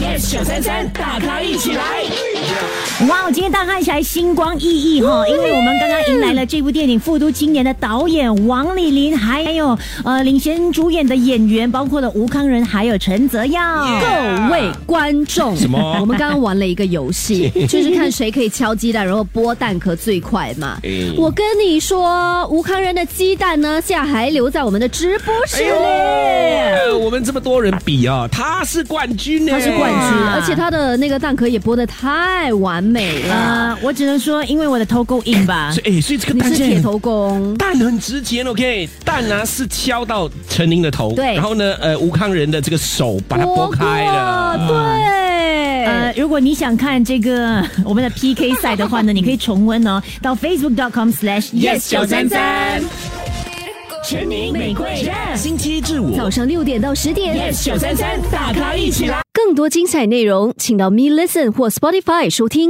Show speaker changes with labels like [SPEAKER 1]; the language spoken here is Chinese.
[SPEAKER 1] Yes 九三三，大咖一起来。
[SPEAKER 2] 哇，我今天大咖一起来星光熠熠哈，因为我们刚刚迎来了这部电影《复读青年》的导演王丽玲，还有呃领衔主演的演员，包括了吴康仁，还有陈泽耀。
[SPEAKER 3] 各位观众，
[SPEAKER 4] 嗯什么
[SPEAKER 3] 我们刚刚玩了一个游 戏，就是看谁可以敲鸡蛋，然后剥蛋壳最快嘛。
[SPEAKER 4] 哎
[SPEAKER 3] 我跟你说，吴康仁的鸡蛋呢，现在还留在我们的直播室
[SPEAKER 4] 哎呦，
[SPEAKER 3] 嘞。
[SPEAKER 4] 呃我们这么多人比啊，他是冠军呢，
[SPEAKER 3] 他是冠
[SPEAKER 4] 哎
[SPEAKER 3] 军，
[SPEAKER 2] 哇
[SPEAKER 3] 而且他的那个蛋壳也剥得太完美
[SPEAKER 4] 啊
[SPEAKER 3] 了。
[SPEAKER 2] 呃，我只能说，因为我的头够硬吧。
[SPEAKER 4] 所以哎，所以这个
[SPEAKER 3] 你
[SPEAKER 4] 蛋
[SPEAKER 3] 是
[SPEAKER 4] 现在
[SPEAKER 3] 铁头功，
[SPEAKER 4] 蛋很值钱，OK？蛋呢、是敲到陈宁的头，
[SPEAKER 3] 对
[SPEAKER 4] 然后呢，呃，吴康仁的这个手把它拨开了，
[SPEAKER 3] 过对，
[SPEAKER 4] 啊
[SPEAKER 2] 呃，如果你想看这个 我们的 PK 赛的话呢，你可以重温哦，到 facebook.com/slash yes 九三三。
[SPEAKER 1] 全民玫瑰
[SPEAKER 4] 星期一至五
[SPEAKER 3] 早上六点到十点。
[SPEAKER 1] Yes 九三三，大咖一起来。
[SPEAKER 3] 更多精彩内容，请到 Me Listen 或 Spotify 收听。